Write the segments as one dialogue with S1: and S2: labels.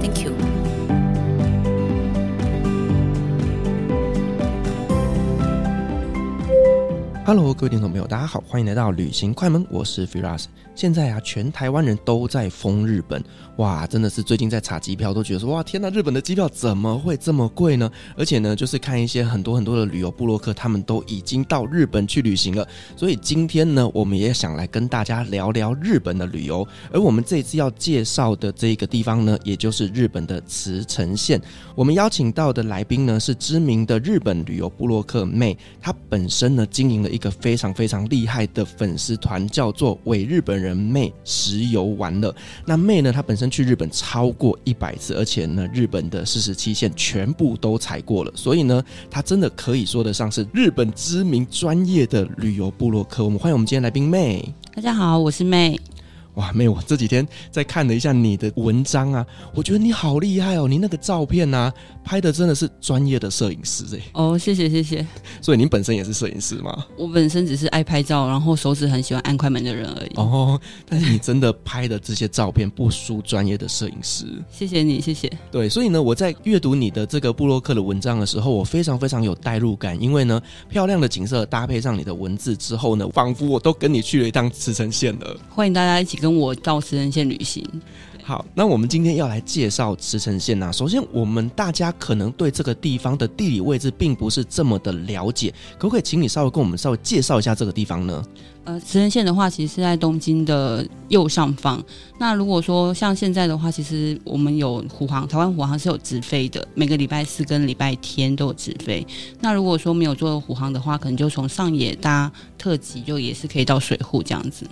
S1: Thank you.
S2: 哈喽，各位听众朋友，大家好，欢迎来到旅行快门，我是 Firas。现在啊，全台湾人都在疯日本，哇，真的是最近在查机票，都觉得说，哇，天呐，日本的机票怎么会这么贵呢？而且呢，就是看一些很多很多的旅游部落客，他们都已经到日本去旅行了。所以今天呢，我们也想来跟大家聊聊日本的旅游。而我们这次要介绍的这个地方呢，也就是日本的茨城县。我们邀请到的来宾呢，是知名的日本旅游部落客妹，她本身呢经营了一个非常非常厉害的粉丝团，叫做“伪日本人妹石油玩乐”。那妹呢，她本身去日本超过一百次，而且呢，日本的四十七线全部都踩过了，所以呢，她真的可以说得上是日本知名专业的旅游部落客。我们欢迎我们今天来宾妹。
S3: 大家好，我是妹。
S2: 哇，妹，我这几天在看了一下你的文章啊，我觉得你好厉害哦，你那个照片啊，拍的真的是专业的摄影师哎、
S3: 哦，谢谢谢谢。
S2: 所以您本身也是摄影师吗？
S3: 我本身只是爱拍照，然后手指很喜欢按快门的人而已。
S2: 哦，但是你真的拍的这些照片不输专业的摄影师。
S3: 谢谢你，谢谢。
S2: 对，所以呢，我在阅读你的这个布洛克的文章的时候，我非常非常有代入感，因为呢，漂亮的景色搭配上你的文字之后呢，仿佛我都跟你去了一趟茨城县了。
S3: 欢迎大家一起跟我到石人县旅行。
S2: 好，那我们今天要来介绍茨城县呐、啊首先，我们大家可能对这个地方的地理位置并不是这么的了解，可不可以请你稍微跟我们稍微介绍一下这个地方呢？
S3: 呃，石人县的话，其实是在东京的右上方。那如果说像现在的话，其实我们有虎航，台湾虎航是有直飞的，每个礼拜四跟礼拜天都有直飞。那如果说没有做虎航的话，可能就从上野搭特急，就也是可以到水户这样子。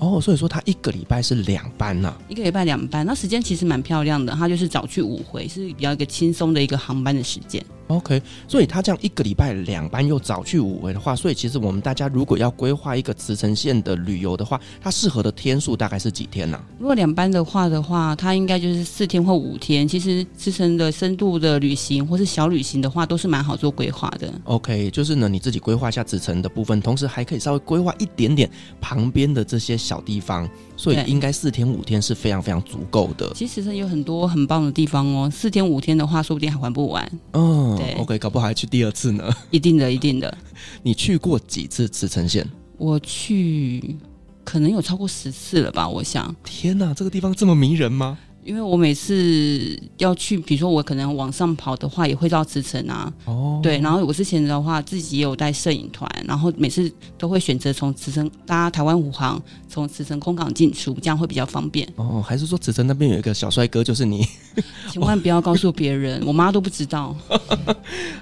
S2: 哦，所以说它一个礼拜是两班呐、
S3: 一个礼拜两班，那时间其实蛮漂亮的，它就是早去午回，是比较一个轻松的一个航班的时间。
S2: OK，所以它这样一个礼拜两班又早去五回的话，所以其实我们大家如果要规划一个茨城县的旅游的话，它适合的天数大概是几天呢、
S3: 如果两班的话的话，它应该就是四天或五天。其实自身的深度的旅行或是小旅行的话，都是蛮好做规划的。
S2: o k 就是呢你自己规划一下茨城的部分，同时还可以稍微规划一点点旁边的这些小地方，所以
S3: 对
S2: 应该四天五天是非常非常足够的。
S3: 其实是有很多很棒的地方哦，四天五天的话，说不定还玩不完。
S2: 嗯
S3: 对
S2: ，OK，搞不好还去第二次呢。
S3: 一定的，一定的。
S2: 你去过几次茨城县？
S3: 我去，可能有超过十次了吧，我想。
S2: 天哪，这个地方这么迷人吗？
S3: 因为我每次要去，比如说我可能往上跑的话，也会到茨城啊，
S2: 哦，
S3: 对，然后我之前的话，自己也有带摄影团，然后每次都会选择从慈城搭台湾虎航，从慈城空港进出，这样会比较方便。
S2: 哦，还是说茨城那边有一个小帅哥，就是你？
S3: 千万不要告诉别人，我妈都不知道。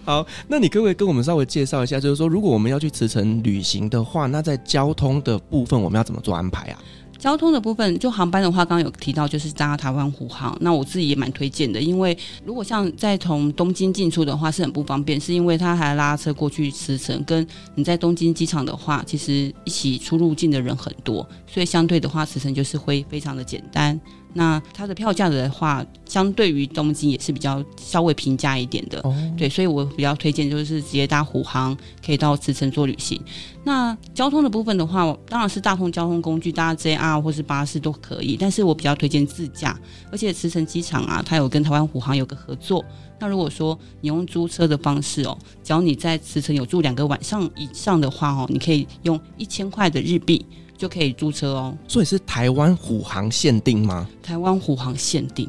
S2: 好，那你可不可以跟我们稍微介绍一下，就是说，如果我们要去茨城旅行的话，那在交通的部分我们要怎么做安排啊？
S3: 交通的部分，就航班的话，刚刚有提到就是搭台湾虎航，那我自己也蛮推荐的，因为如果像在从东京进出的话是很不方便，是因为它还拉车过去驰骋，跟你在东京机场的话，其实一起出入境的人很多，所以相对的话，驰骋就是会非常的简单。那它的票价的话，相对于东京也是比较稍微平价一点的，
S2: 哦，
S3: 对，所以我比较推荐就是直接搭虎航，可以到茨城做旅行。那交通的部分的话，当然是大众交通工具，搭 JR 啊或是巴士都可以，但是我比较推荐自驾。而且茨城机场啊，它有跟台湾虎航有个合作。那如果说你用租车的方式哦，只要你在茨城有住两个晚上以上的话哦，你可以用一千块的日币就可以租车哦，
S2: 所以是台湾虎航限定吗？
S3: 台湾虎航限定。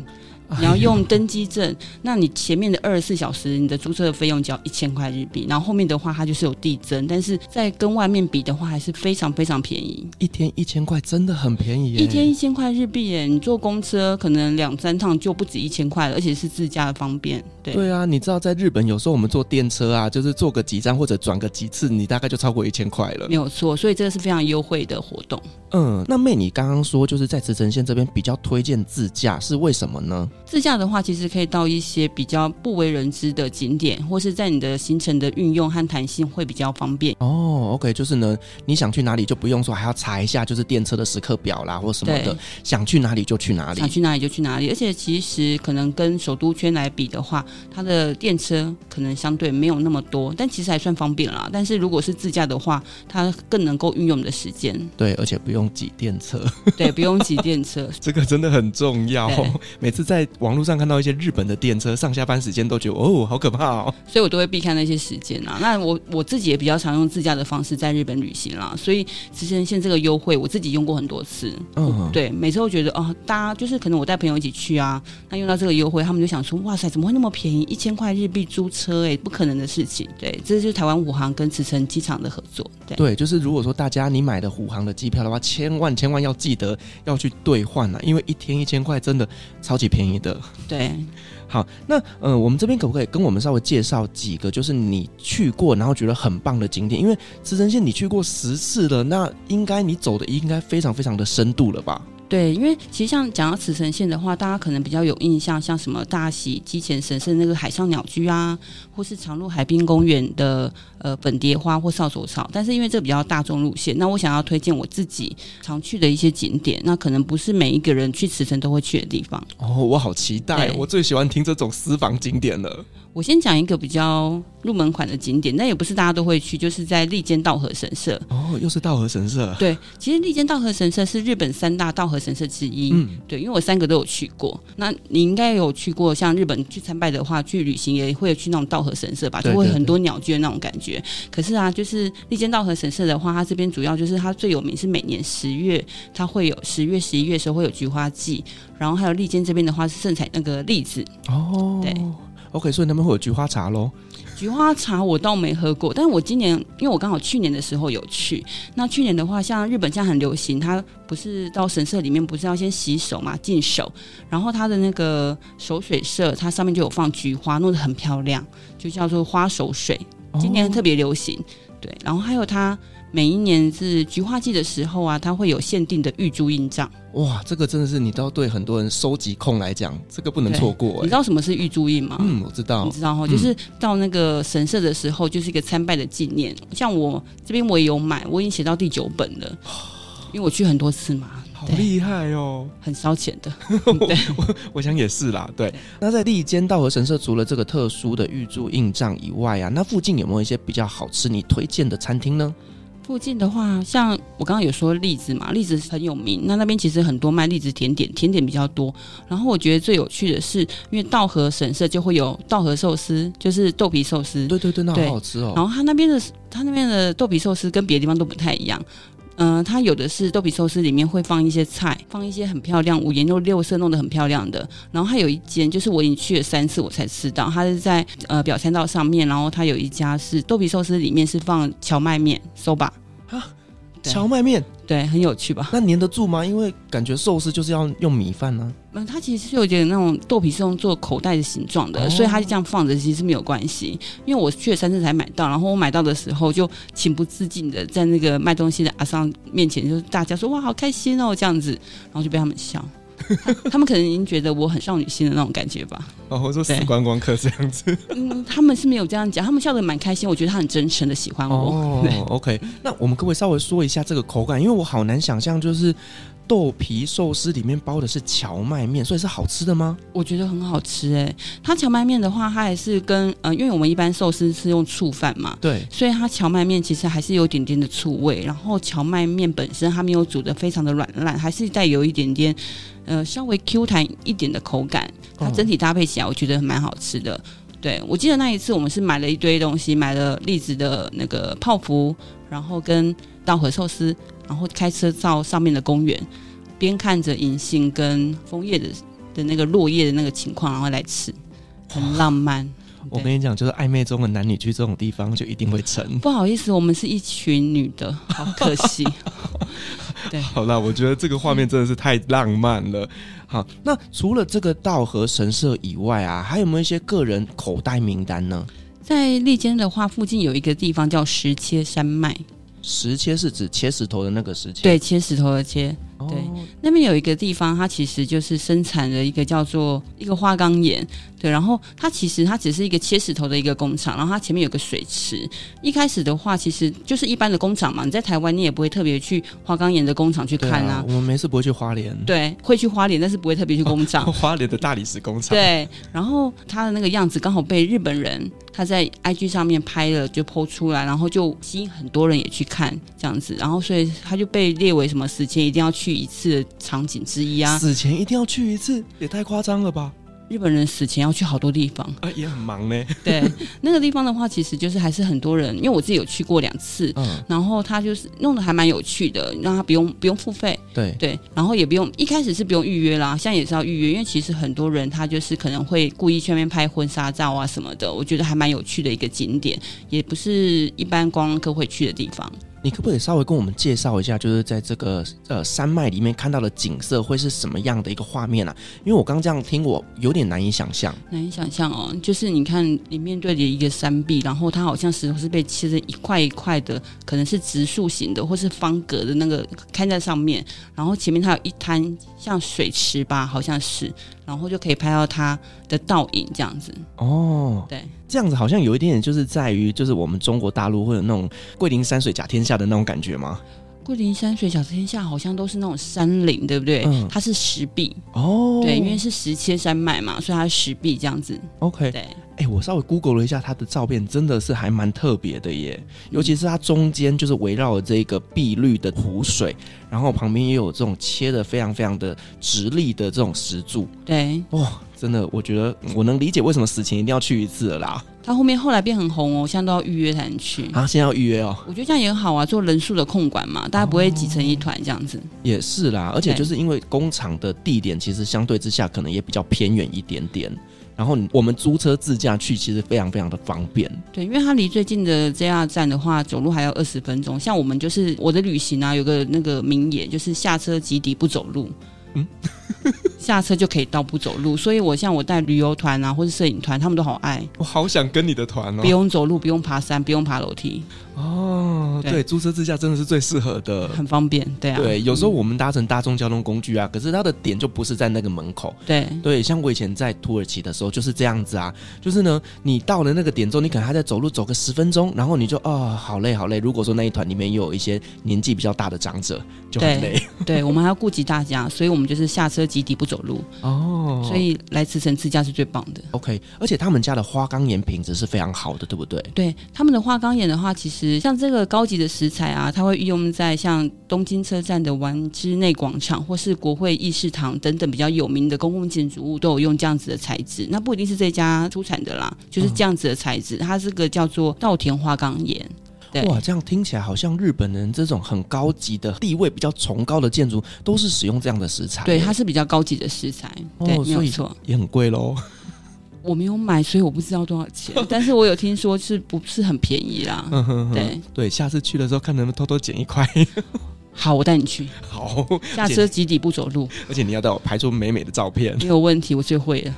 S3: 你要用登机证。那你前面的二十四小时，你的租车的费用只要一千块日币，然后后面的话它就是有递增，但是在跟外面比的话，还是非常非常便宜。
S2: 一天一千块真的很便宜耶，
S3: 一天一千块日币耶，你坐公车可能两三趟就不止一千块了，而且是自驾的方便。对，
S2: 对啊，你知道在日本有时候我们坐电车啊，就是坐个几站或者转个几次，你大概就超过一千块了
S3: 没。有错，所以这个是非常优惠的活动。
S2: 嗯，那妹，你刚刚说就是在茨城县这边比较推荐自驾，是为什么呢？
S3: 自驾的话，其实可以到一些比较不为人知的景点，或是在你的行程的运用和弹性会比较方便。
S2: 哦，OK，就是呢，你想去哪里就不用说还要查一下就是电车的时刻表啦或什么的
S3: 对，
S2: 想去哪里就去哪里
S3: 想。去哪里就去哪里，而且其实可能跟首都圈来比的话，它的电车可能相对没有那么多，但其实还算方便啦。但是如果是自驾的话，它更能够运用你的时间，
S2: 对，而且不用挤电 车，
S3: 对，不用挤电车，
S2: 这个真的很重要
S3: 对。
S2: 每次在网络上看到一些日本的电车上下班时间，都觉得哦，好可怕哦。
S3: 所以我都会避开那些时间啊。那我我自己也比较常用自驾的方式在日本旅行啦，所以之前现这个优惠我自己用过很多次，
S2: 嗯，
S3: 对，每次都觉得哦，大家就是可能我带朋友一起去啊，那用到这个优惠，他们就想说，哇塞，怎么会那么便宜？一千块日币租车、欸，哎，不可能的事情。对，这就是台湾武航跟慈城机场的合作。对，
S2: 对，就是如果说大家你买的虎航的机票的话，千万千万要记得要去兑换啊，因为一天一千块真的超级便宜的。
S3: 对，
S2: 好，那呃，我们这边可不可以跟我们稍微介绍几个，就是你去过然后觉得很棒的景点？因为茨城县你去过十次了，那应该你走的应该非常非常的深度了吧？
S3: 对，因为其实像讲到慈城县的话，大家可能比较有印象，像什么大喜、基前神社那个海上鸟居啊，或是长鹿海滨公园的呃粉蝶花或扫帚草。但是因为这比较大众路线，那我想要推荐我自己常去的一些景点，那可能不是每一个人去慈城都会去的地方。
S2: 哦，我好期待，
S3: 对
S2: 我最喜欢听这种私房景点了。
S3: 我先讲一个比较入门款的景点，但也不是大家都会去，就是在利间道和神社。
S2: 哦，又是道和神社，
S3: 对，其实利间道和神社是日本三大道和神社之一。
S2: 嗯，
S3: 对，因为我三个都有去过，那你应该有去过，像日本去参拜的话，去旅行也会去那种道和神社吧，
S2: 对
S3: 就会
S2: 对
S3: 很多鸟居的那种感觉。可是啊，就是利间道和神社的话，它这边主要就是它最有名是每年十月，它会有十月、十一月的时候会有菊花季，然后还有利间这边的话是盛产那个栗子，
S2: 哦，
S3: 对。
S2: OK，所以那边会有菊花茶喽。
S3: 菊花茶我倒没喝过，但是我今年因为我刚好去年的时候有去，那去年的话，像日本现在很流行，它不是到神社里面不是要先洗手嘛，净手，然后它的那个手水社，它上面就有放菊花，弄得很漂亮，就叫做花手水，
S2: 哦
S3: 今年特别流行。对，然后还有它每一年是菊花季的时候啊，它会有限定的玉珠印章。
S2: 哦哇，这个真的是你都对很多人收集控来讲，这个不能
S3: 对
S2: 错过
S3: 你
S2: 哎、
S3: 知道什么是玉珠印吗？
S2: 嗯，我知道
S3: 你，知道哈，就是到那个神社的时候，就是一个参拜的纪念。像我这边我也有买，我已经写到第九本了，因为我去很多次嘛，
S2: 好
S3: 对
S2: 厉害哦。
S3: 很烧钱的。
S2: 我想也是啦，对
S3: 对。
S2: 那在利间道和神社，除了这个特殊的玉柱印章以外啊，那附近有没有一些比较好吃你推荐的餐厅呢？
S3: 附近的话，像我刚刚有说栗子嘛，栗子很有名。那那边其实很多卖栗子甜点，甜点比较多。然后我觉得最有趣的是，因为道和神社就会有道和寿司，就是豆皮寿司。
S2: 对对对，那好
S3: 对
S2: 好吃
S3: 然
S2: 哦。
S3: 后它那边的它那边的豆皮寿司跟别的地方都不太一样。嗯、它有的是豆皮寿司里面会放一些菜，放一些很漂亮、五颜六六色弄得很漂亮的。然后还有一间，就是我已经去了三次我才吃到，它是在呃表参道上面，然后它有一家是豆皮寿司里面是放荞麦面 soba，对
S2: 啊哦荞麦面
S3: 对，很有趣吧？
S2: 那粘得住吗？因为感觉寿司就是要用米饭啊呢、
S3: 嗯，它其实是有点那种豆皮是用做口袋的形状的，
S2: 哦
S3: 所以它就这样放着其实没有关系。因为我去了三次才买到，然后我买到的时候就情不自禁的在那个卖东西的阿桑面前，就是大家说哇好开心哦这样子，然后就被他们笑。他他们可能已经觉得我很少女心的那种感觉吧，
S2: 哦，我说
S3: 对
S2: 观光客这样子。
S3: 嗯，他们是没有这样讲，他们笑得蛮开心，我觉得他很真诚的喜欢我。
S2: 哦，OK。那 我们可不可以稍微说一下这个口感？因为我好难想象，就是豆皮寿司里面包的是荞麦面，所以是好吃的吗？
S3: 我觉得很好吃哎、它荞麦面的话，它还是跟呃，因为我们一般寿司是用醋饭嘛，
S2: 对，
S3: 所以它荞麦面其实还是有一点点的醋味，然后荞麦面本身它没有煮的非常的软烂，还是带有一点点，呃，稍微 Q 弹一点的口感。它整体搭配起来，我觉得蛮好吃的。对，我记得那一次我们是买了一堆东西，买了栗子的那个泡芙，然后跟稻荷寿司，然后开车到上面的公园，边看着银杏跟枫叶的的那个落叶的那个情况，然后来吃，很浪漫。
S2: 我
S3: 对
S2: 跟你讲，就是暧昧中的男女去这种地方就一定会成。
S3: 不好意思，我们是一群女的，好可惜。
S2: 好啦，我觉得这个画面真的是太浪漫了。
S3: 嗯
S2: 好，那除了这个道和神社以外啊，还有没有一些个人口袋名单呢？
S3: 在利坚的话，附近有一个地方叫石切山脉，
S2: 石切是指切石头的那个石切，
S3: 对，切石头的切。
S2: 哦
S3: 对那边有一个地方，它其实就是生产了一个叫做一个花岗岩，对，然后它其实它只是一个切石头的一个工厂，然后它前面有个水池。一开始的话，其实就是一般的工厂嘛，你在台湾你也不会特别去花岗岩的工厂去
S2: 对
S3: 看
S2: 啊，我们没事不会去花莲，
S3: 对，啊会去花莲，但是不会特别去工 厂。
S2: 花莲的大理石工厂，
S3: 对，然后他的那个样子刚好被日本人他在 IG 上面拍了，就 PO 出来，然后就吸引很多人也去看这样子，然后所以他就被列为什么时间一定要去一次的场景之一啊。
S2: 死前一定要去一次，也太夸张了吧？
S3: 日本人死前要去好多地方，
S2: 啊，也很忙呢。
S3: 对那个地方的话，其实就是还是很多人，因为我自己有去过两次，
S2: 嗯，
S3: 然后他就是弄得还蛮有趣的，让他不用不用付费，
S2: 对，
S3: 对，然后也不用一开始是不用预约啦，现在也是要预约，因为其实很多人他就是可能会故意去那边拍婚纱照啊什么的，我觉得还蛮有趣的一个景点，也不是一般观光客会去的地方。
S2: 你可不可以稍微跟我们介绍一下，就是在这个呃山脉里面看到的景色会是什么样的一个画面啊？因为我刚这样听，我有点难以想象。
S3: 难以想象哦，就是你看你面对的一个山壁，然后它好像石头是被切成一块一块的，可能是直竖形的或是方格的那个开在上面，然后前面它有一滩像水池吧，好像是，然后就可以拍到它的倒影这样子。
S2: 哦，
S3: 对，
S2: 这样子好像有一点点就是在于，就是我们中国大陆会有那种桂林山水甲天下的那种感觉吗？
S3: 桂林山水小天下好像都是那种山林，对不对？
S2: 嗯
S3: 它是石壁，
S2: 哦，
S3: 对，因为是石切山脉嘛，所以它是石壁这样子。
S2: OK，
S3: 对，
S2: 哎、我稍微 Google 了一下他的照片，真的是还蛮特别的耶。尤其是它中间就是围绕了这个碧绿的湖水，然后旁边也有这种切的非常非常的直立的这种石柱，
S3: 对，
S2: 哇、真的，我觉得我能理解为什么死前一定要去一次了啦。
S3: 它后面后来变很红哦，现在都要预约才能去。
S2: 啊，先要预约哦，
S3: 我觉得这样也很好啊，做人数的控管嘛，大家不会挤成一团这样子。
S2: 也是啦。而且
S3: 对
S2: 就是因为工厂的地点其实相对之下可能也比较偏远一点点，然后我们租车自驾去其实非常非常的方便。
S3: 对，因为它离最近的 JR 站的话，走路还要二十分钟。像我们就是我的旅行啊，有个那个名言，就是下车即抵不走路。
S2: 嗯
S3: 下车就可以到不走路，所以我像我带旅游团啊，或是摄影团，他们都好爱，
S2: 我好想跟你的团哦
S3: 不用走路，不用爬山，不用爬楼梯，
S2: 哦，
S3: 对
S2: 对，租车自驾真的是最适合的。
S3: 很方便。对啊，
S2: 哦对，有时候我们搭乘大众交通工具啊，可是它的点就不是在那个门口。
S3: 对
S2: 对，像我以前在土耳其的时候就是这样子啊，就是呢，你到了那个点之后，你可能还在走路走个十分钟，然后你就哦，好累好累。如果说那一团里面又有一些年纪比较大的长者，就很累
S3: 对，我们还要顾及大家，所以我们就是下车即抵不走路，
S2: 哦
S3: 所以来慈城自驾是最棒的。
S2: OK，而且他们家的花岗岩品质是非常好的，对不对？
S3: 对他们的花岗岩的话，其实像这个高级的食材啊，它会运用在像东京车站的丸之内广场或是国会议事堂等等比较有名的公共建筑物，都有用这样子的材质。那不一定是这家出产的啦，
S2: 嗯
S3: 就是这样子的材质，它这个叫做稻田花岗岩。对
S2: 哇，这样听起来好像日本人这种很高级的地位比较崇高的建筑都是使用这样的食材，
S3: 对，它是比较高级的食材，对，
S2: 哦
S3: 没有
S2: 所以
S3: 错。
S2: 也很贵喽。
S3: 我没有买，所以我不知道多少 钱，但是我有听说是不是很便宜啦？
S2: 嗯哼哼
S3: 对，
S2: 对，下次去的时候看能不能偷偷捡一 块。
S3: 好，我带你去，
S2: 好，
S3: 下车几底不走 路，
S2: 而且你要带我拍出美美的照片。
S3: 没有问题，我最会了。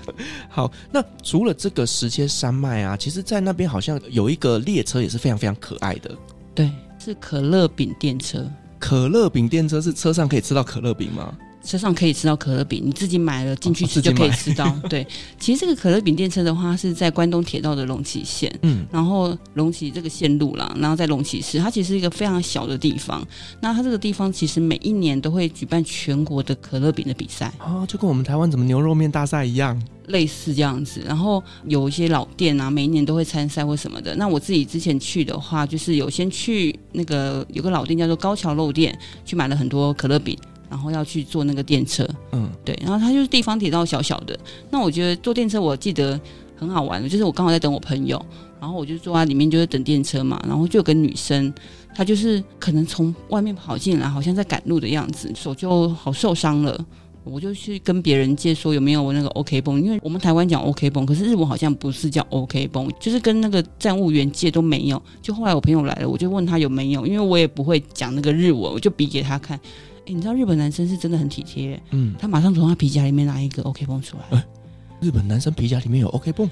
S2: 好，那除了这个石切山脉啊，其实在那边好像有一个列车也是非常非常可爱的。
S3: 对，是可乐饼电车，
S2: 可乐饼电车是车上可以吃到可乐饼吗？
S3: 车上可以吃到可乐饼，你自己买了进去
S2: 哦
S3: 吃
S2: 自己
S3: 就可以
S2: 买
S3: 吃 到。对，其实这个可乐饼电车的话是在关东铁道的龙崎线。
S2: 嗯，
S3: 然后龙崎这个线路啦，然后在龙崎市，它其实是一个非常小的地方。那它这个地方其实每一年都会举办全国的可乐饼的比赛，
S2: 啊，就跟我们台湾怎么牛肉面大赛一样。
S3: 类似这样子。然后有一些老店啊，每一年都会参赛或什么的。那我自己之前去的话，就是有先去那个有个老店叫做高桥肉店，去买了很多可乐饼，然后要去坐那个电车。
S2: 嗯，
S3: 对，然后它就是地方铁道小小的。那我觉得坐电车，我记得很好玩的，就是我刚好在等我朋友，然后我就坐在里面就是等电车嘛，然后就有个女生，她就是可能从外面跑进来，好像在赶路的样子，手就好受伤了。我就去跟别人借说有没有那个 OK 绷，因为我们台湾讲 OK 绷，可是日文好像不是叫 OK 绷，就是跟那个站务员借都没有。就后来我朋友来了，我就问他有没有，因为我也不会讲那个日文，我就比给他看。哎，你知道日本男生是真的很体贴，
S2: 嗯，
S3: 他马上从他皮夹里面拿一个 OK 绷出 来。
S2: 日本男生皮夹里面有 OK 泵，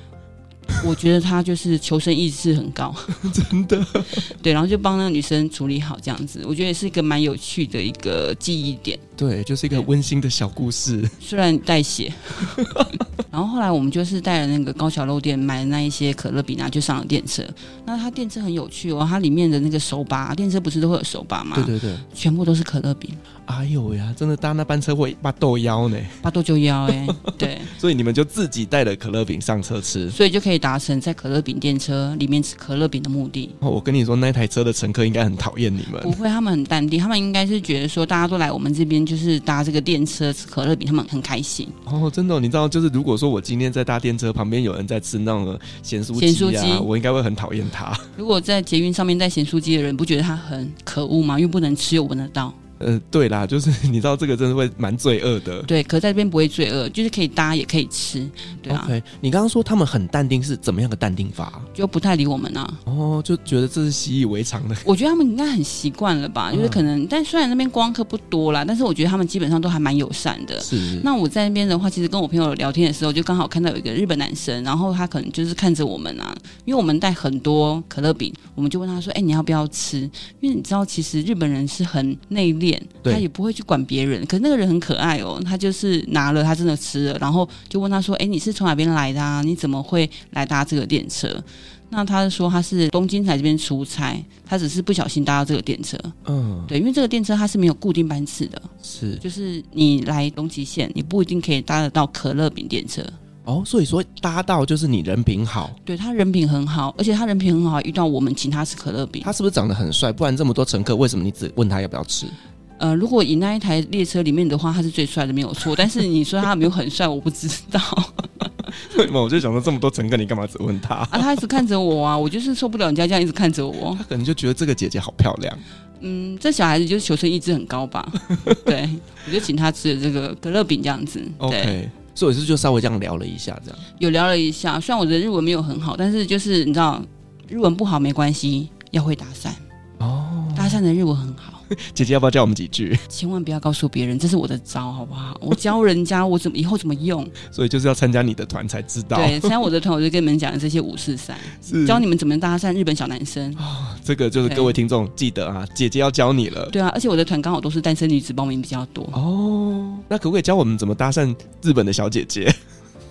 S3: 我觉得他就是求生意志很高，
S2: 真的。
S3: 对，然后就帮那个女生处理好这样子，我觉得也是一个蛮有趣的一个记忆点。
S2: 对，就是一个温馨的小故事。
S3: 虽然带血，然后后来我们就是带了那个高桥肉店买的那一些可乐饼啊，就上了电车。那它电车很有趣哦，它里面的那个手把，电车不是都会有手把吗？
S2: 对，对对，
S3: 全部都是可乐饼，
S2: 哎呦呀，真的搭那班车会把豆腰呢，
S3: 八豆九幺哎，对，
S2: 所以你们就自己带了可乐饼上车吃。
S3: 所以就可以达成在可乐饼电车里面吃可乐饼的目的。
S2: 哦，我跟你说，那台车的乘客应该很讨厌你
S3: 不
S2: 们。
S3: 会，他们很淡定，他们应该是觉得说大家都来我们这边就是搭这个电车吃可乐饼，他们很开心。
S2: 哦，真的哦、你知道，就是如果说我今天在搭电车，旁边有人在吃那种咸酥
S3: 咸
S2: 鸡
S3: 酥
S2: 啊，
S3: 鸡
S2: 我应该会很讨厌他。
S3: 如果在捷运上面带咸酥鸡的人，不觉得他很可恶吗？又不能吃又闻得到。
S2: 呃，对啦，就是你知道，这个真的会蛮罪恶的。
S3: 对，可在这边不会罪恶，就是可以搭也可以吃，对啊
S2: OK，你刚刚说他们很淡定，是怎么样的淡定法？
S3: 就不太理我们啊。
S2: 哦，就觉得这 是习以为常的。
S3: 我觉得他们应该很习惯了吧，就是可能，但虽然那边光客不多啦，但是我觉得他们基本上都还蛮友善的。
S2: 是
S3: 那我在那边的话，其实跟我朋友聊天的时候，就刚好看到有一个日本男生，然后他可能就是看着我们啊，因为我们带很多可乐饼，我们就问他说：“哎、你要不要吃？”因为你知道，其实日本人是很内敛，
S2: 对
S3: 他也不会去管别人。可是那个人很可爱哦，他就是拿了，他真的吃了，然后就问他说：“哎、你是从哪边来的啊？你怎么会来搭这个电车？”那他说他是东京台这边出差，他只是不小心搭到这个电车，
S2: 嗯，
S3: 对，因为这个电车它是没有固定班次的，
S2: 是
S3: 就是你来东极线，你不一定可以搭得到可乐饼电车。
S2: 哦，所以说搭到就是你人品好，
S3: 对他人品很好，而且他人品很好，遇到我们请他吃可乐饼。
S2: 他是不是长得很帅？不然这么多乘客，为什么你只问他要不要 吃？
S3: 呃，如果以那一台列车里面的话，他是最帅的，没有 错。但是你说他有没有很帅，我不知道
S2: 对嘛？我就想说这么多乘客，你干嘛只问他？
S3: 啊。他一直看着我啊，我就是受不了人家这样一直看着我
S2: 他。 可能就觉得这个姐姐好漂亮。
S3: 嗯，这小孩子就是求生意志很 高吧？对，我就请他吃了这个可乐饼这样子。对。
S2: OK，所以我是就稍微这样聊了一下，这样
S3: 有聊了一下，虽然我的日文没有很好，但是就是你知道，日文不好没关系，要会搭讪。
S2: 哦。
S3: 搭讪的日文很好，
S2: 姐姐要不要教我们几句？
S3: 千万不要告诉别人，这是我的招，好不好？ 我教人家，我怎么以后怎 么用？
S2: 所以就是要参加你的团才知道。
S3: 对，参加我的团，我就跟你们讲这些五四三，
S2: 是哦
S3: 教你们怎么搭讪日本小男生。
S2: 这个就是各位听众记得啊，姐姐要教你了。
S3: 对啊，而且我的团刚好都是单身女子报名比较多，
S2: 哦，那可不可以教我们怎么搭讪日本的小姐姐？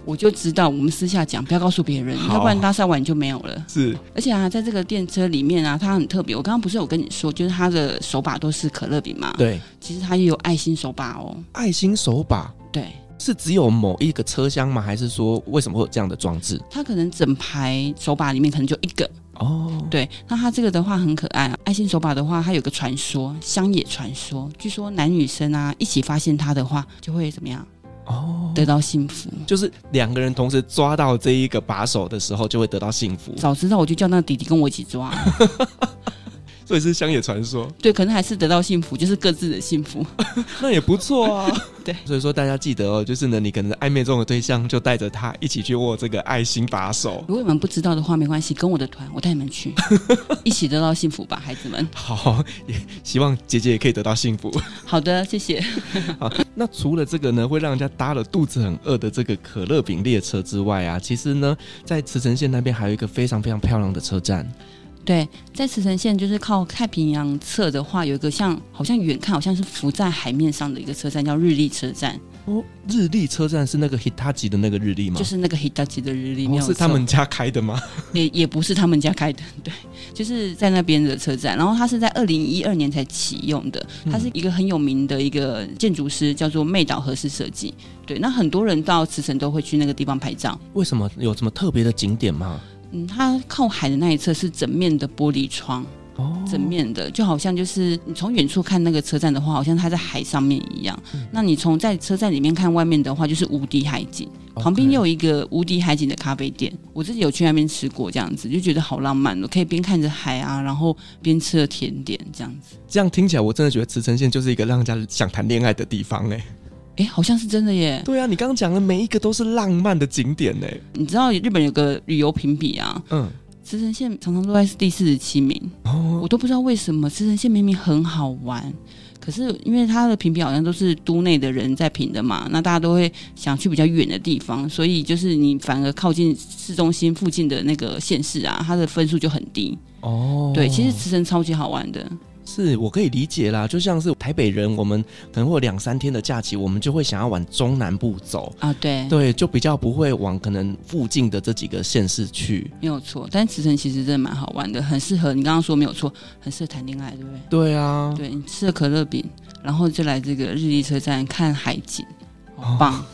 S3: 我就知道我们私下讲，不要告诉别人，
S2: 好
S3: 要不然搭讪完就没有了。
S2: 是
S3: 而且啊，在这个电车里面啊，它很特别。我刚刚不是有跟你说，就是它的手把都是可乐饼嘛？，
S2: 对，
S3: 其实它也有爱心手把哦。
S2: 爱心手把
S3: 对，
S2: 是只有某一个车厢吗？还是说为什么会有这样的装置？
S3: 它可能整排手把里面可能就一个。
S2: 哦，
S3: 对，那它这个的话很可爱啊。爱心手把的话，它有个传说，乡野传说，据说男女生啊一起发现它的话，就会怎么样
S2: 哦，
S3: 得到幸福。
S2: 就是两个人同时抓到这一个把手的时候，就会得到幸福。
S3: 早知道我就叫那个弟弟跟我一起抓，
S2: 所以是乡野传说，
S3: 对，可能还是得到幸福，就是各自的幸福。
S2: 那也不错啊。
S3: 对，
S2: 所以说大家记得哦，就是呢，你可能暧昧中的对象就带着他一起去握这个爱心把手。
S3: 如果你们不知道的话，没关系，跟我的团，我带你们去，一起得到幸福吧，孩子们。
S2: 好，也希望姐姐也可以得到幸福。
S3: 好的，谢谢。
S2: 好， 那除了这个呢，会让人家搭了肚子很饿的这个可乐饼列车之外啊，其实呢，在茨城县那边还有一个非常非常漂亮的车站，
S3: 对，在茨城县就是靠太平洋侧的话，有一个像好像远看好像是浮在海面上的一个车站，叫日立车站，
S2: 哦，日立车站是那个 Hitachi 的那个日立吗？
S3: 就是那个 Hitachi 的日立，
S2: 哦
S3: 没有
S2: 是他
S3: 错
S2: 们家开的吗？
S3: 也也不是他们家开的，对，就是在那边的车站。然后它是在二零一二年才启用的，它是一个很有名的一个建筑师，叫做妹岛和氏设计。对，那很多人到茨城都会去那个地方拍照。
S2: 为什么有什么特别的景点吗？
S3: 嗯，它靠海的那一侧是整面的玻璃窗，
S2: 哦，
S3: 整面的，就好像就是你从远处看那个车站的话，好像它在海上面一样。那你从在车站里面看外面的话，就是无敌海景。旁边也有一个无敌海景的咖啡店，我自己有去那边吃过，这样子就觉得好浪漫哦，可以边看着海啊，然后边吃着甜点这样子。
S2: 这样听起来，我真的觉得茨城县就是一个让人家想谈恋爱的地方哎、
S3: 哎，好像是真的耶。
S2: 对啊，你刚刚讲的每一个都是浪漫的景点欸呢。
S3: 你知道日本有个旅游评比啊，
S2: 嗯，
S3: 茨城县常常都在第四十七名，
S2: 哦
S3: 我，都不知道为什么茨城县明明很好玩，可是因为它的评比好像都是都内的人在评的嘛，那大家都会想去比较远的地方，所以就是你反而靠近市中心附近的那个县市啊，它的分数就很低。
S2: 哦，
S3: 对，其实茨城超级好玩的，
S2: 是我可以理解啦，就像是台北人，我们可能会有两三天的假期，我们就会想要往中南部走，
S3: 啊，对，
S2: 对，就比较不会往可能附近的这几个县市去。
S3: 没有错。但茨城其实真的蛮好玩的，很适合你刚刚说没有错，很适合谈恋爱，对不对？
S2: 对啊，
S3: 对你吃了可乐饼，然后就来这个日立车站看海景，
S2: 哦
S3: 好棒。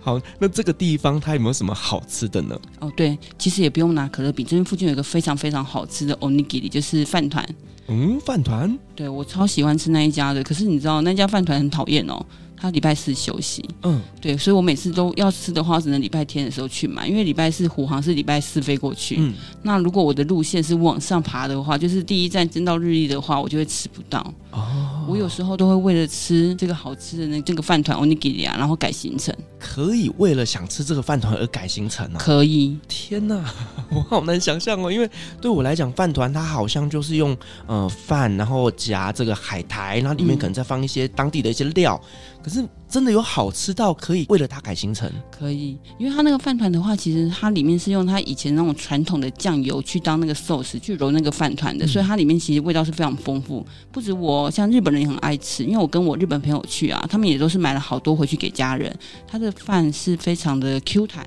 S2: 好，那这个地方它有没有什么好吃的呢？
S3: 哦，对，其实也不用拿可乐饼，这边附近有一个非常非常好吃的 onigiri，就是饭团。
S2: 嗯，饭团
S3: 对我超喜欢吃那一家的，可是你知道那家饭团很讨厌哦，它礼拜四休息。
S2: 嗯，
S3: 对，所以我每次都要吃的话，只能礼拜天的时候去买，因为礼拜四虎航是礼拜四飞过去。
S2: 嗯，
S3: 那如果我的路线是往上爬的话，就是第一站真到日立的话，我就会吃不到。
S2: 哦，
S3: 我有时候都会为了吃这个好吃的那这个饭团 onigiri 啊，然后改行程。
S2: 可以为了想吃这个饭团而改行程啊！
S3: 可以，
S2: 天哪， 我好难想象哦，因为对我来讲，饭团它好像就是用呃饭，然后夹这个海苔，然后里面
S3: 嗯
S2: 可能再放一些当地的一些料。可是真的有好吃到可以为了它改行程
S3: 可以，因为它那个饭团的话，其实它里面是用它以前那种传统的酱油去当那个 sauce 去揉那个饭团的，所以它里面其实味道是非常丰富。不止我，像日本人也很爱吃，因为我跟我日本朋友去啊，他们也都是买了好多回去给家人。它的饭是非常的 Q 弹。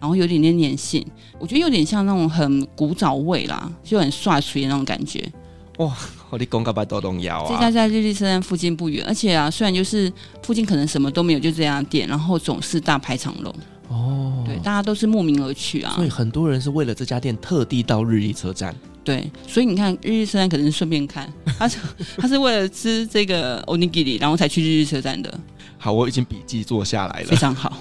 S3: 然后有点点粘性，我觉得有点像那种很古早味啦，就很刷出的那种感觉。
S2: 哦，你公告白都动摇
S3: 这家
S2: 啊！
S3: 在日立车站附近不远，而且啊，虽然就是附近可能什么都没有，就这家店，然后总是大排长龙。
S2: 哦，
S3: 对，大家都是慕名而去啊
S2: 所。以很多人是为了这家店特地到日立车站。
S3: 对，所以你看日日车站可能是顺便 看，他是他是为了吃这个 onigiri，然后才去日日车站的，
S2: 好，我已经笔记做下来了
S3: 非。常好。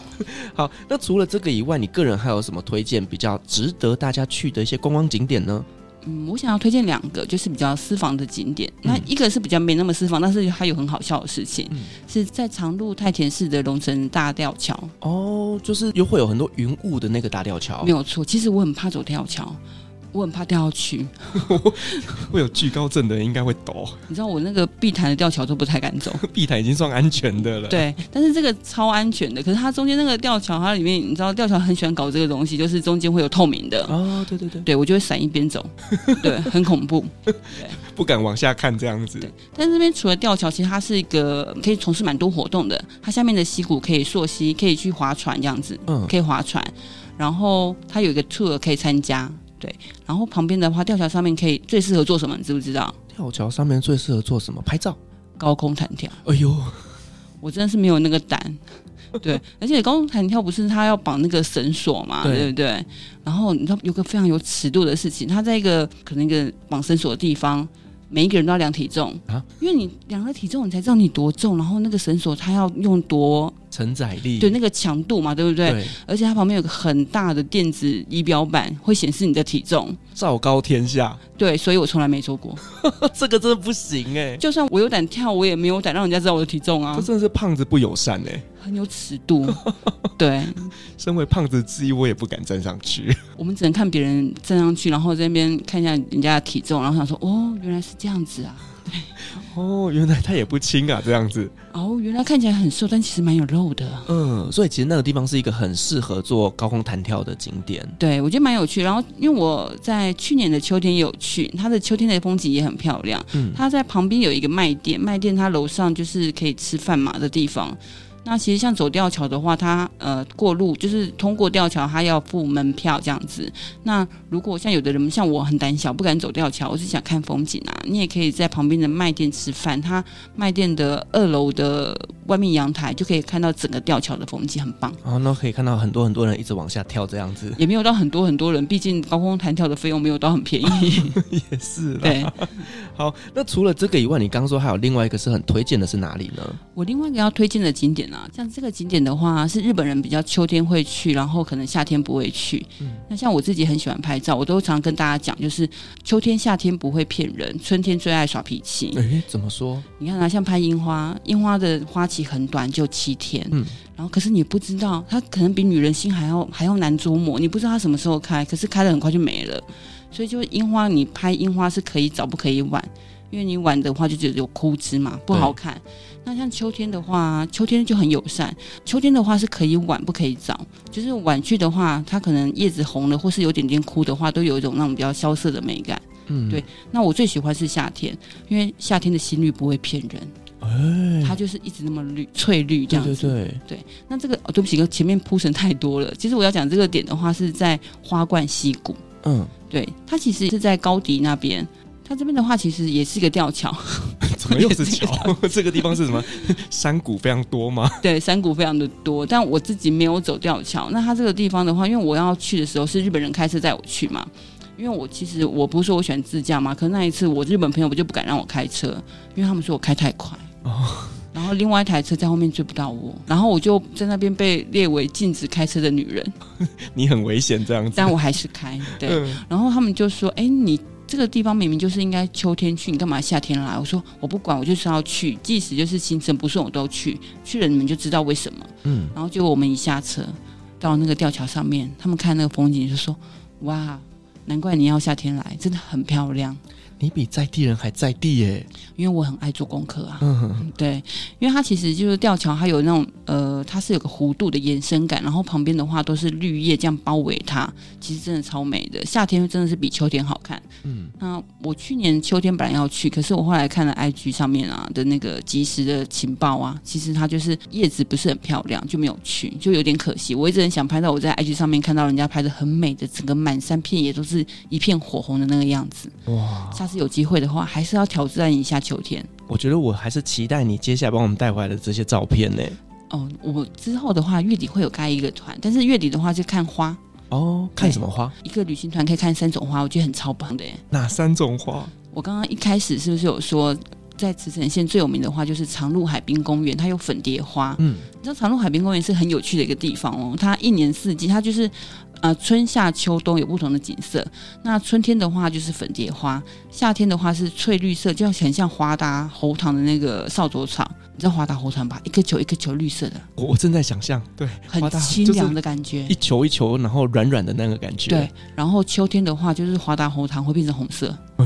S2: 好，那除了这个以外，你个人还有什么推荐比较值得大家去的一些观光景点呢？
S3: 嗯，我想要推荐两个，就是比较私房的景点。那
S2: 嗯
S3: 一个是比较没那么私房，但是它有很好笑的事情，
S2: 嗯
S3: 是在长鹿太田市的龙城大吊桥，
S2: 哦，就是又会有很多云雾的那个大吊桥
S3: 没，有错。其实我很怕走吊桥。我很怕掉下去，
S2: 会有惧高症的人应该会抖，
S3: 你知道我那个碧潭的吊桥都不太 敢走，
S2: 碧潭已经算安全的了。，
S3: 对，但是这个超安全的。可是它中间那个吊桥，它里面你知道吊桥很喜欢搞这个东西，就是中间会有透明的，
S2: 哦，对对对，
S3: 对我就会闪一边走，对，很恐怖。
S2: 不敢往下看这样子
S3: 对但是这边除了吊桥，其实它是一个可以从事蛮多活动的。它下面的溪谷可以溯溪，可以去划船这样子，
S2: 嗯，
S3: 可以划船。然后它有一个 tour 可以参加，对。然后旁边的话，吊桥上面可以最适合做什么？你知不知道？
S2: 吊桥上面最适合做什么？拍照。
S3: 高空弹跳。
S2: 哎呦，
S3: 我真的是没有那个 胆。对，而且高空弹跳不是他要绑那个绳索嘛，
S2: 对
S3: 对不对？然后你知道有个非常有尺度的事情，他在一个可能一个绑绳索的地方，每一个人都要量体重
S2: 啊
S3: 因为你量了体重，你才知道你多重，然后那个绳索它要用多
S2: 承载力，
S3: 对那个强度嘛，对不对？
S2: 对，
S3: 而且它旁边有个很大的电子仪表板，会显示你的体重。
S2: 昭高天下，
S3: 对，所以我从来没做 过，
S2: 哦这个真的不行哎、
S3: 就算我有胆跳，我也没有胆让人家知道我的体重啊
S2: 这，真的是胖子不友善哎、
S3: 很有尺 度。对，
S2: 身为胖子之一，我也不敢站上去。
S3: 我们只能看别人站上去，然后在那边看一下人家的体重，然后想说，哦，原来是这样子啊，
S2: 哦，原来他也不轻啊，这样子。
S3: 哦，原来看起来很瘦，但其实蛮有肉的。
S2: 嗯，所以其实那个地方是一个很适合做高空弹跳的景点。
S3: 对，我觉得蛮有趣。然后，因为我在去年的秋天也有去，它的秋天的风景也很漂亮。
S2: 嗯
S3: 它在旁边有一个卖店，卖店它楼上就是可以吃饭嘛的地方。那其实像走吊桥的话，它呃过路就是通过吊桥，它要付门票这样子。那如果像有的人像我很胆小，不敢走吊桥，我是想看风景啊。你也可以在旁边的卖店吃饭，它卖店的二楼的外面阳台就可以看到整个吊桥的风景，很棒。
S2: 然后呢，可以看到很多很多人一直往下跳，这样子
S3: 也没有到很多很多人，毕竟高空弹跳的费用没有到很便宜。
S2: 也是啦。
S3: 对
S2: 好，那除了这个以外，你刚说还有另外一个是很推荐的是哪里呢？
S3: 我另外一个要推荐的景点啊，像这个景点的话，是日本人比较秋天会去，然后可能夏天不会去。那像我自己很喜欢拍照，我都常跟大家讲，就是秋天、夏天不会骗人，春天最爱耍脾气。
S2: 哎，怎么说？
S3: 你看啊，像拍樱花，樱花的花期很短，就七天。
S2: 嗯
S3: 然后可是你不知道，它可能比女人心还要还要难捉摸，你不知道它什么时候开，可是开的很快就没了。所以就樱花，你拍樱花是可以早不可以晚，因为你晚的话就只有枯枝嘛，不好看。那像秋天的话，秋天就很友善。秋天的话是可以晚不可以早，就是晚去的话，它可能叶子红了或是有点点枯的话，都有一种那种比较萧瑟的美感。
S2: 嗯，
S3: 对那我最喜欢是夏天，因为夏天的新绿不会骗人，
S2: 哎，
S3: 它就是一直那么绿翠绿
S2: 对
S3: 这样子。
S2: 对对，
S3: 那这个哦，对不起，前面铺陈太多了。其实我要讲这个点的话，是在花冠溪谷，
S2: 嗯，
S3: 对，它其实是在高迪那边。它这边的话，其实也是一个吊桥，
S2: 怎么又是 桥？这个地方是什么？山谷非常多吗？
S3: 对，山谷非常的多，但我自己没有走吊桥。那它这个地方的话，因为我要去的时候是日本人开车载我去嘛，因为我其实我不是说我喜欢自驾嘛，可是那一次我日本朋友就不敢让我开车，因为他们说我开太快。
S2: 哦，
S3: 然后另外一台车在后面追不到我，然后我就在那边被列为禁止开车的女 人，
S2: 你很危险这样子。
S3: 但我还是开。对，
S2: 嗯
S3: 然后他们就说：“哎，你这个地方明明就是应该秋天去，你干嘛夏天来？”我说：“我不管，我就是要去，即使就是行程不顺我都去，去了你们就知道为什么。”
S2: 嗯，
S3: 然后结果我们一下车到那个吊桥上面，他们看那个风景就说：“哇，难怪你要夏天来，真的很漂亮。
S2: 你比在地人还在地耶。”
S3: 因为我很爱做功课啊。
S2: 嗯，
S3: 对，因为它其实就是吊桥，它有那种呃，它是有个弧度的延伸感，然后旁边的话都是绿叶这样包围它，其实真的超美的。夏天真的是比秋天好看。
S2: 嗯，
S3: 那我去年秋天本来要去，可是我后来看了 IG 上面啊的那个及时的情报啊，其实它就是叶子不是很漂亮，就没有去，就有点可惜。我一直很想拍到我在 IG 上面看到人家拍的很美的，整个满山遍野都是一片火红的那个样子。
S2: 哇，
S3: 下次有机会的话，还是要挑战一下秋天。
S2: 我觉得我还是期待你接下来帮我们带回来的这些照片呢。
S3: 哦，我之后的话，月底会有开一个团，但是月底的话就看花，
S2: 哦，看什么花？
S3: 一个旅行团可以看三种花，我觉得很超棒的耶。
S2: 哪三种花？
S3: 我刚刚一开始是不是有说，在茨城县最有名的花就是长鹿海滨公园，它有粉蝶花。
S2: 嗯，
S3: 你知道长鹿海滨公园是很有趣的一个地方哦，它一年四季，它就是呃春夏秋冬有不同的景色。那春天的话就是粉蝶花，夏天的话是翠绿色，就很像华达猴糖的那个扫帚草。你知道华达猴糖吧？一个球一个球绿色的，
S2: 我我正在想象，对，
S3: 很
S2: 华达
S3: 清
S2: 就是
S3: 凉的感觉。
S2: 一球一球，然后软软的那个感觉。
S3: 对，，然后秋天的话，就是华达红糖会变成红色。
S2: 哎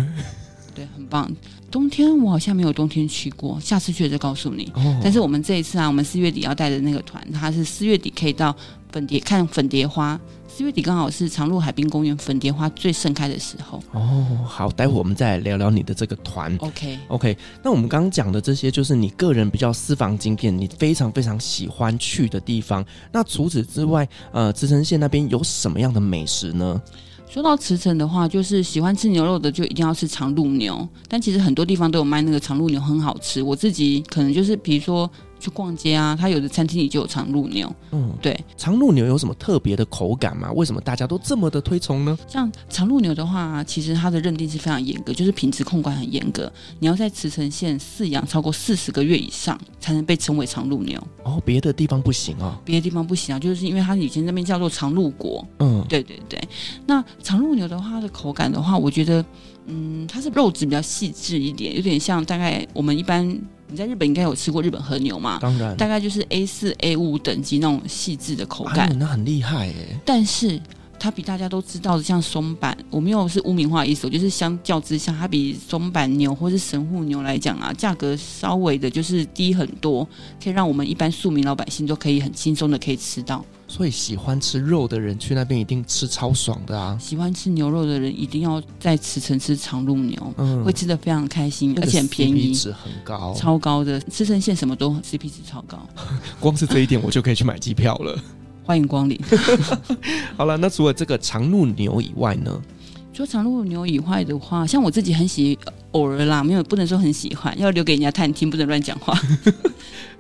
S3: 对，很棒。冬天我好像没有冬天去过，下次去了再告诉你。
S2: 哦，
S3: 但是我们这一次啊，我们四月底要带的那个团，它是四月底可以到粉蝶看粉蝶花。四月底刚好是长鹿海滨公园粉蝶花最盛开的时候。
S2: 哦，好，待会我们再来聊聊你的这个团。
S3: OK，
S2: OK，那我们刚刚讲的这些，就是你个人比较私房景点，你非常非常喜欢去的地方。那除此之外，呃，茨城县那边有什么样的美食呢？
S3: 说到驰骋的话，就是喜欢吃牛肉的就一定要吃长鹿牛，但其实很多地方都有卖那个长鹿牛，很好吃。我自己可能就是比如说去逛街啊，它有的餐厅里就有长鹿牛。
S2: 嗯，
S3: 对，
S2: 长鹿牛有什么特别的口感吗？为什么大家都这么的推崇呢？
S3: 像长鹿牛的话，其实它的认定是非常严格，就是品质控管很严格。你要在茨城县饲养超过四十个月以上，才能被称为长鹿牛。
S2: 哦，别的地方不行哦。
S3: 别的地方不行啊，就是因为它以前那边叫做长鹿国。
S2: 嗯，
S3: 对对对，那长鹿牛的话，它的口感的话，我觉得，嗯，它是肉质比较细致一点，有点像大概我们一般你在日本应该有吃过日本和牛嘛，
S2: 当然，
S3: 大概就是 A 四 A 五等级那种细致的口感
S2: 哎。那很厉害耶。
S3: 但是它比大家都知道的像松板，我没有是污名化的意思，我就是相较之下，它比松板牛或是神户牛来讲啊，价格稍微的就是低很多，可以让我们一般庶民老百姓都可以很轻松的可以吃到。
S2: 所以喜欢吃肉的人去那边一定吃超爽的啊。
S3: 喜欢吃牛肉的人一定要在茨城吃长鹿牛，
S2: 嗯
S3: 会，吃的非常开心，
S2: 那
S3: 而
S2: 个
S3: 且很便
S2: CP
S3: 宜。
S2: 值很高，
S3: 超高的，茨城县什么都 CP 值超高，
S2: 光是这一点我就可以去买机票了。
S3: 欢迎光临。
S2: 好了，那除了这个长鹿牛以外呢？
S3: 除了长鹿牛以外的话，像我自己很喜呃偶尔啦，没有不能说很喜欢，要留给人家探听，不能乱讲话。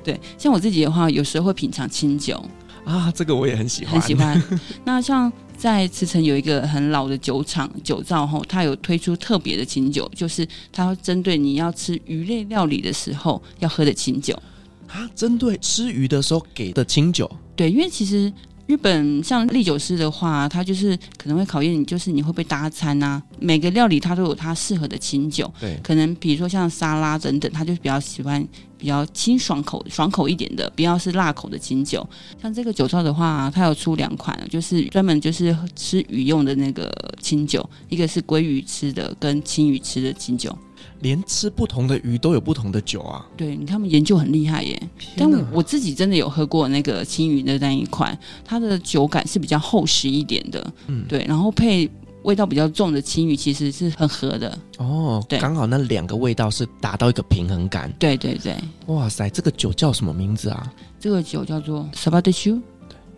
S3: 对，像我自己的话，有时候会品尝清酒，
S2: 啊，这个我也很喜欢，
S3: 很喜欢。那像在茨城有一个很老的酒厂酒造吼，它有推出特别的清酒，就是它针对你要吃鱼类料理的时候要喝的清酒。
S2: 啊，针对吃鱼的时候给的清酒，
S3: 对，因为其实日本像利酒师的话，他就是可能会考验你，就是你会不会搭餐啊。每个料理它都有它适合的清酒，
S2: 对，
S3: 可能比如说像沙拉等等，他就比较喜欢比较清爽口、爽口一点的，不要是辣口的清酒。像这个酒糟的话，它有出两款，就是专门就是吃鱼用的那个清酒，一个是鲑鱼吃的，跟青鱼吃的清酒。
S2: 连吃不同的鱼都有不同的酒啊。
S3: 对，他们研究很厉害耶。但
S2: 天
S3: 我
S2: 哪
S3: 我自己真的有喝过那个青鱼的那一款，它的酒感是比较厚实一点的，
S2: 嗯
S3: 对，然后配味道比较重的青鱼其实是很合的，
S2: 哦，
S3: 对
S2: 刚好那两个味道是达到一个平衡感。
S3: 对对对，
S2: 哇塞，这个酒叫什么名字啊？
S3: 这个酒叫做 s a b a d e s h u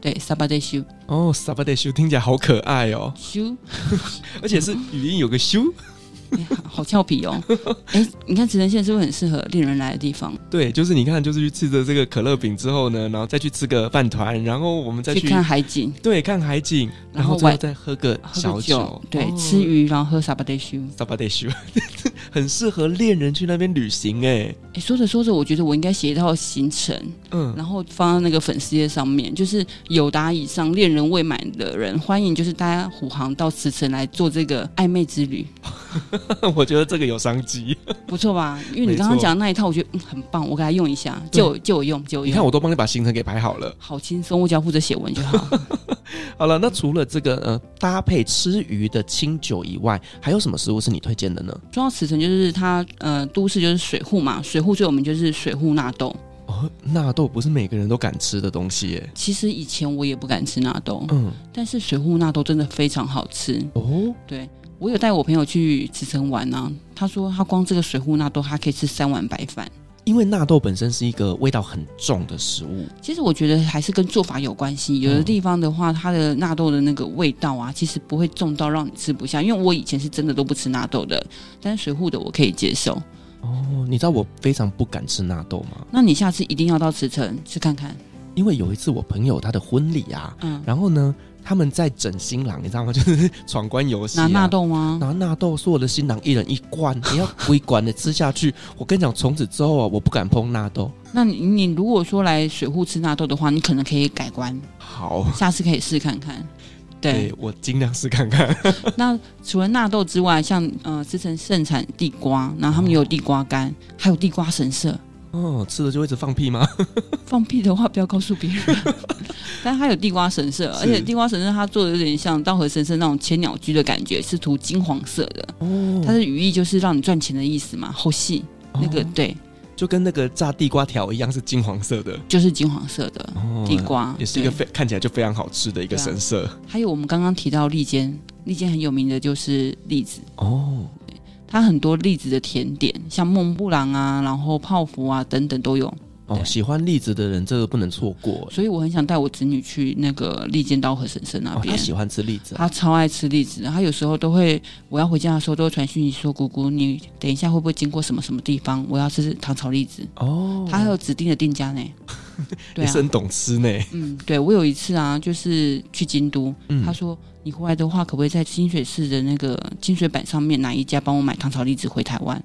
S3: 对 s a b a d e s h u
S2: 哦 s a b a d e s h u 听起来好可爱哦，
S3: s h u
S2: 而且是语音有个 s
S3: 好俏皮哦， 哎，你看职能线是不是很适合恋人来的地方？
S2: 对，就是你看，就是去吃着这个可乐饼之后呢，然后再去吃个饭团，然后我们再去
S3: 去看海景，
S2: 对看海景，然
S3: 然
S2: 后
S3: 后
S2: 最后
S3: 晚
S2: 再喝个
S3: 喝
S2: 小哦
S3: 个对，吃。鱼，然后喝 s a b a d e s h u
S2: 萨巴得修， 很适合恋人去那边旅行哎。
S3: 哎，说着说着，我觉得我应该写一套行程。
S2: 嗯，
S3: 然后放到那个粉丝页上面，就是有达以上恋人未满的人，欢迎就是大家虎航到慈城来做这个暧昧之旅，
S2: 我觉得这个有商机。
S3: 不错吧？因为你刚
S2: 没
S3: 刚
S2: 错
S3: 讲的那一套，我觉得、嗯、很棒，我给他用一下，
S2: 对
S3: 借我借我用，借我
S2: 你
S3: 用。
S2: 看，我都帮你把行程给排好了。
S3: 好轻松，我只要负责写文就好。
S2: 好了，那除了这个呃搭配吃鱼的清酒以外，还有什么食物是你推荐的呢？
S3: 说到慈城，就是它呃都市就是水户嘛，水户最有名就是水户纳豆。
S2: 哦，纳豆不是每个人都敢吃的东西耶。
S3: 其实以前我也不敢吃纳豆，
S2: 嗯，
S3: 但是水户纳豆真的非常好吃。
S2: 哦，
S3: 对我有带我朋友去慈城玩啊，他说他光这个水户纳豆，他可以吃三碗白饭。
S2: 因为纳豆本身是一个味道很重的食物。
S3: 其实我觉得还是跟做法有关系，有的地方的话，它的纳豆的那个味道啊，其实不会重到让你吃不下。因为我以前是真的都不吃纳豆的，但是水户的我可以接受。
S2: 哦，你知道我非常不敢吃纳豆吗？
S3: 那你下次一定要到慈城吃看看。
S2: 因为有一次我朋友他的婚礼啊，
S3: 嗯，
S2: 然后呢，他们在整新郎，你知道吗？就是 闯关游戏、啊
S3: 拿纳。豆吗？
S2: 拿纳豆是我的新郎一人一罐，你要归罐的吃下去。我跟你讲，从此之后啊，我不敢碰纳豆。
S3: 那你你如果说来水户吃纳豆的话，你可能可以改 观，
S2: 好，
S3: 下次可以试看看。对，
S2: 我尽量试看看。
S3: 那除了纳豆之外，像呃，慈城盛产地瓜，然后他们也有地瓜干，还有地瓜神社。
S2: 哦，吃了就一直放屁吗？
S3: 放屁的话不要告诉 别人。但它有地瓜神社，而且地瓜神社它做的有点像稻荷神社那种千鸟居的感觉，是涂金黄色的。
S2: 哦
S3: 它的语意就是让你赚钱的意思嘛，后戏那个、
S2: 哦
S3: 对，
S2: 就跟那个炸地瓜条一样，是金黄色的。
S3: 就是金黄色的。
S2: 哦
S3: 地瓜
S2: 也是一个
S3: 对
S2: 非看起来就非常好吃的一个
S3: 对啊
S2: 神社。
S3: 还有我们刚刚提到栗间，栗间很有名的就是栗子，
S2: 哦，
S3: 它很多栗子的甜点，像梦布朗啊，然后泡芙啊等等都有。
S2: 哦，
S3: 对
S2: 喜欢栗子的人这个不能错过。
S3: 所以我很想带我子女去那个栗间稻荷神社那
S2: 哦，
S3: 边。
S2: 他喜欢吃栗子啊、
S3: 他超爱吃栗子的，他有时候都会，我要回家的时候都会传讯息说：“姑姑，你等一下会不会经过什么什么地方？我要吃糖炒栗子。
S2: 哦，
S3: 他还有指定的店 家呢。对
S2: 也
S3: 啊
S2: 是，很懂吃呢。
S3: 嗯，对我有一次啊，就是去京都，
S2: 嗯
S3: 他说你回来的话，可不可以在清水寺的那个清水板上面哪一家帮我买糖炒栗子回台湾？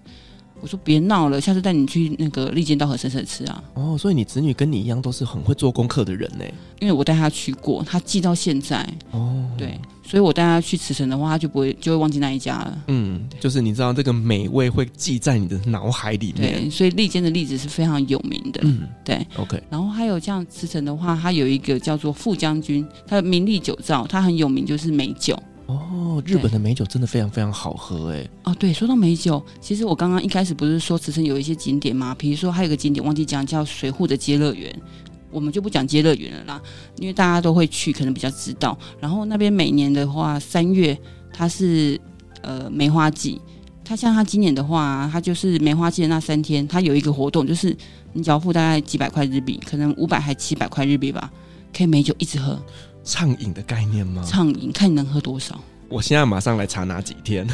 S3: 我说别闹了，下次带你去那个利剑道和神社吃啊，
S2: 哦，所以你子女跟你一样都是很会做功课的人呢。
S3: 因为我带他去过，他记到现在，
S2: 哦，
S3: 对，所以我带他去慈城的话，他就不会就会忘记那一家了。
S2: 嗯，就是你知道这个美味会记在你的脑海里
S3: 对，
S2: 面。
S3: 所以利间的栗子是非常有名的。
S2: 嗯，
S3: 对。
S2: OK，
S3: 然后还有像慈城的话，它有一个叫做富将军，它的名利酒造，它很有名，就是美酒。
S2: 哦，日本的美酒真的非常非常好喝哎。
S3: 哦，对，说到美酒，其实我刚刚一开始不是说慈城有一些景点嘛，比如说还有一个景点忘记讲，叫水户的街乐园。我们就不讲街乐园了啦，因为大家都会去，可能比较知道。然后那边每年的话，三月它是呃梅花季，它像它今年的话，啊它就是梅花季的那三天，它有一个活动，就是你只要付大概几百块日币，可能五百还七百块日币吧，可以美酒一直喝，
S2: 畅饮的概念吗？
S3: 畅饮，看你能喝多少。
S2: 我现在马上来查哪几天。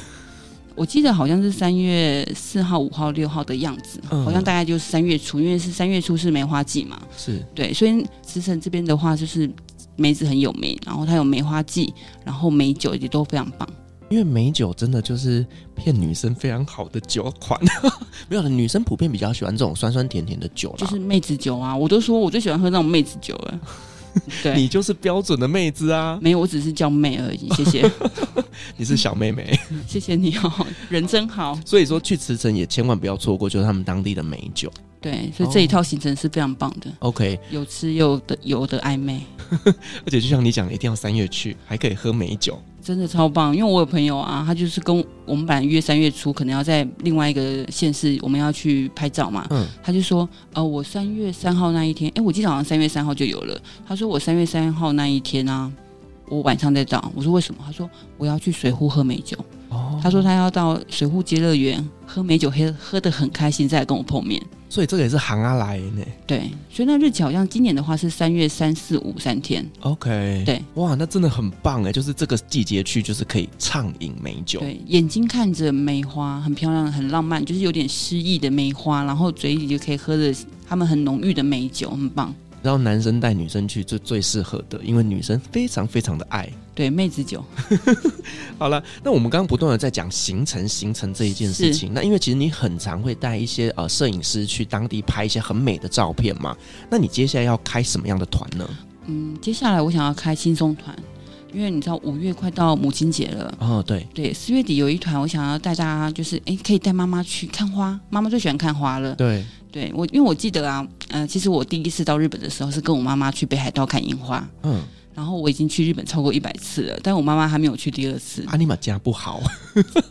S3: 我记得好像是三月四号、五号、六号的样子，
S2: 嗯
S3: 好像大概就是三月初，因为是三月初是梅花季嘛，
S2: 是
S3: 对，所以慈城这边的话就是梅子很有名，然后它有梅花季，然后美酒也都非常棒。
S2: 因为美酒真的就是骗女生非常好的酒款， 没有了，女生普遍比较喜欢这种酸酸甜甜的酒啦。
S3: 就是妹子酒啊，我都说我最喜欢喝那种妹子酒了。对，
S2: 你就是标准的妹子啊，
S3: 没有，我只是叫妹而已。谢谢，
S2: 你是小妹妹，
S3: 谢谢你哦，人真好。
S2: 所以说去茨城也千万不要错过，就是他们当地的美酒。
S3: 对，所以这一套行程是非常棒的，
S2: OK，
S3: 有吃有的有的暧昧，
S2: 而且就像你讲的，一定要三月去，还可以喝美酒。
S3: 真的超棒。因为我有朋友啊，他就是跟我们本来约三月初，可能要在另外一个县市，我们要去拍照嘛。
S2: 嗯，
S3: 他就说，呃，我三月三号那一天，哎，我记得好像三月三号就有了。他说我三月三号那一天啊，我晚上再找。我说为什么？他说我要去水户喝美酒。
S2: 哦
S3: 他说他要到水户街乐园喝美酒，喝喝得很开心，再来跟我碰面。
S2: 所以这个也是行啊来呢。
S3: 对，所以那日期好像今年的话是三月三四五三天。
S2: OK，
S3: 对，
S2: 哇，那真的很棒哎，就是这个季节去，就是可以畅饮美酒。
S3: 对，眼睛看着梅花，很漂亮，很浪漫，就是有点诗意的梅花，然后嘴里就可以喝着他们很浓郁的美酒，很棒。
S2: 然后男生带女生去就最适合的，因为女生非常非常的爱。
S3: 对，妹子酒，
S2: 好了，那我们刚刚不断的在讲行程行程这一件事情，那因为其实你很常会带一些呃摄影师去当地拍一些很美的照片嘛，那你接下来要开什么样的团呢？
S3: 嗯，接下来我想要开轻松团，因为你知道五月快到母亲节了。
S2: 哦，对，
S3: 对，四月底有一团，我想要带大家，就是哎，可以带妈妈去看花，妈妈最喜欢看花了。
S2: 对，
S3: 对我，因为我记得啊，呃，其实我第一次到日本的时候是跟我妈妈去北海道看樱花，
S2: 嗯，
S3: 然后我已经去日本超过一百次了，但我妈妈还没有去第二次，
S2: 阿尼玛家不好，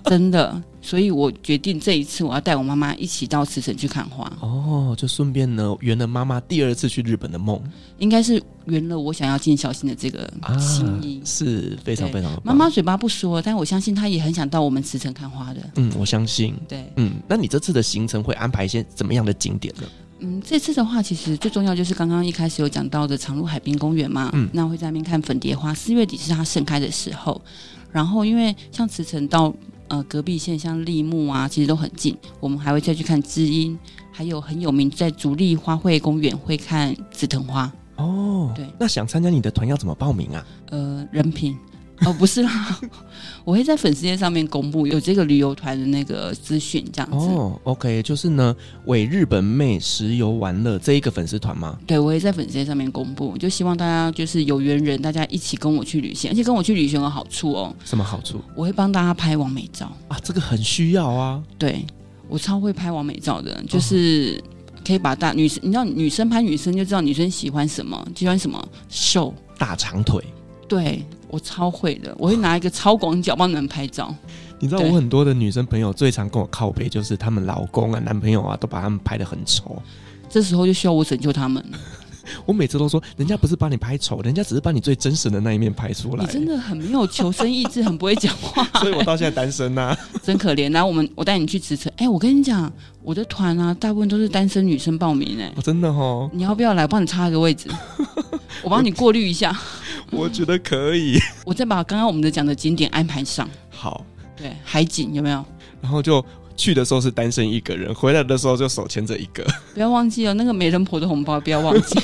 S3: 真的，所以我决定这一次我要带我妈妈一起到茨城去看花，
S2: 哦，就顺便呢圆了妈妈第二次去日本的梦
S3: 应该是圆了我想要进小新的这个
S2: 啊
S3: 心意。，
S2: 是非常
S3: 对
S2: 非常的
S3: 妈
S2: 棒
S3: 妈，嘴巴不说，但我相信她也很想到我们茨城看花的。
S2: 嗯，我相信。
S3: 对，
S2: 嗯，那你这次的行程会安排一些怎么样的景点呢？
S3: 嗯，这次的话，其实最重要就是刚刚一开始有讲到的长鹿海滨公园嘛，
S2: 嗯
S3: 那会在那边看粉蝶花，四月底是它盛开的时候。然后因为像慈城到呃隔壁县，像立木啊，其实都很近，我们还会再去看知音，还有很有名在竹立花卉公园会看紫藤花，
S2: 哦，
S3: 对
S2: 那想参加你的团要怎么报名啊？
S3: 呃，人品。哦，不是啦， 我会在粉丝页上面公布有这个旅游团的那个资讯，这样子。
S2: 哦，OK，就是呢，为日本妹石油玩乐这一个粉丝团吗？
S3: 对，我也在粉丝页上面公布，就希望大家就是有缘人，大家一起跟我去旅行，而且跟我去旅行有好处哦，
S2: 什么好处
S3: 我会帮大家拍完美照，
S2: 啊？这个很需要啊。
S3: 对我超会拍完美照的，就是可以把大女生，你知道女生拍女生就知道女生喜欢什么，喜欢什么瘦，
S2: 大长腿，
S3: 对我超会的，我会拿一个超广角帮你们拍照，
S2: 你知道
S3: 对
S2: 我很多的女生朋友最常跟我靠背，就是她们老公啊、男朋友啊，都把她们拍得很丑。
S3: 这时候就需要我拯救他们，
S2: 我每次都说，人家不是把你拍丑，人家只是把你最真实的那一面拍出来。
S3: 你真，的很没有求生意志，很不会讲话。
S2: 所以我到现在单身啊呐、
S3: 真可怜。然后我们我带你去驰骋，哎、我跟你讲，我的团啊，大部分都是单身女生报名哎、
S2: 哦真的哦，
S3: 你要不要来？我帮你插一个位置，我帮你过滤一下，
S2: 我觉得可以。
S3: 我再把刚刚我们的讲的景点安排上。
S2: 好，
S3: 对，海景有没有？
S2: 然后就去的时候是单身一个人，回来的时候就手牵着一个。
S3: 不要忘记哦，那个媒人婆的红包不要忘记。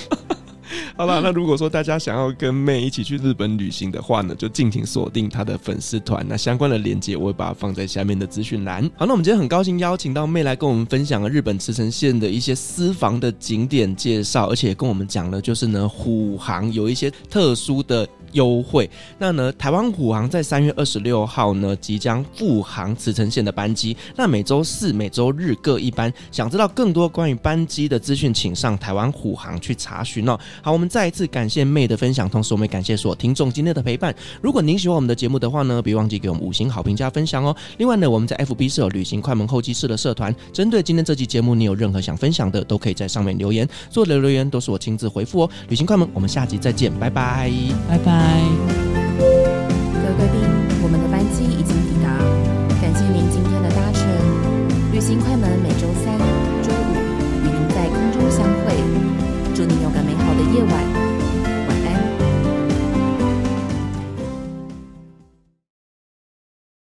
S2: 好啦，那如果说大家想要跟妹一起去日本旅行的话呢，就敬请锁定她的粉丝团。那相关的链接我会把它放在下面的资讯栏。好，那我们今天很高兴邀请到妹来跟我们分享了日本茨城县的一些私房的景点介绍，而且跟我们讲了就是呢虎航有一些特殊的优惠。那呢，台湾虎航在三月二十六号呢即将复航茨城县的班机，那每周四、每周日各一班。想知道更多关于班机的资讯，请上台湾虎航去查询哦。好，我们再一次感谢妹的分享，同时我们也感谢所有听众今天的陪伴。如果您喜欢我们的节目的话呢，别忘记给我们五星好评加分享哦。另外呢，我们在 FB 是有旅行快门候机室的社团，针对今天这期节目，你有任何想分享的，都可以在上面留言，所有的留言都是我亲自回复哦。旅行快门，我们下集再见，拜拜。
S3: 拜拜。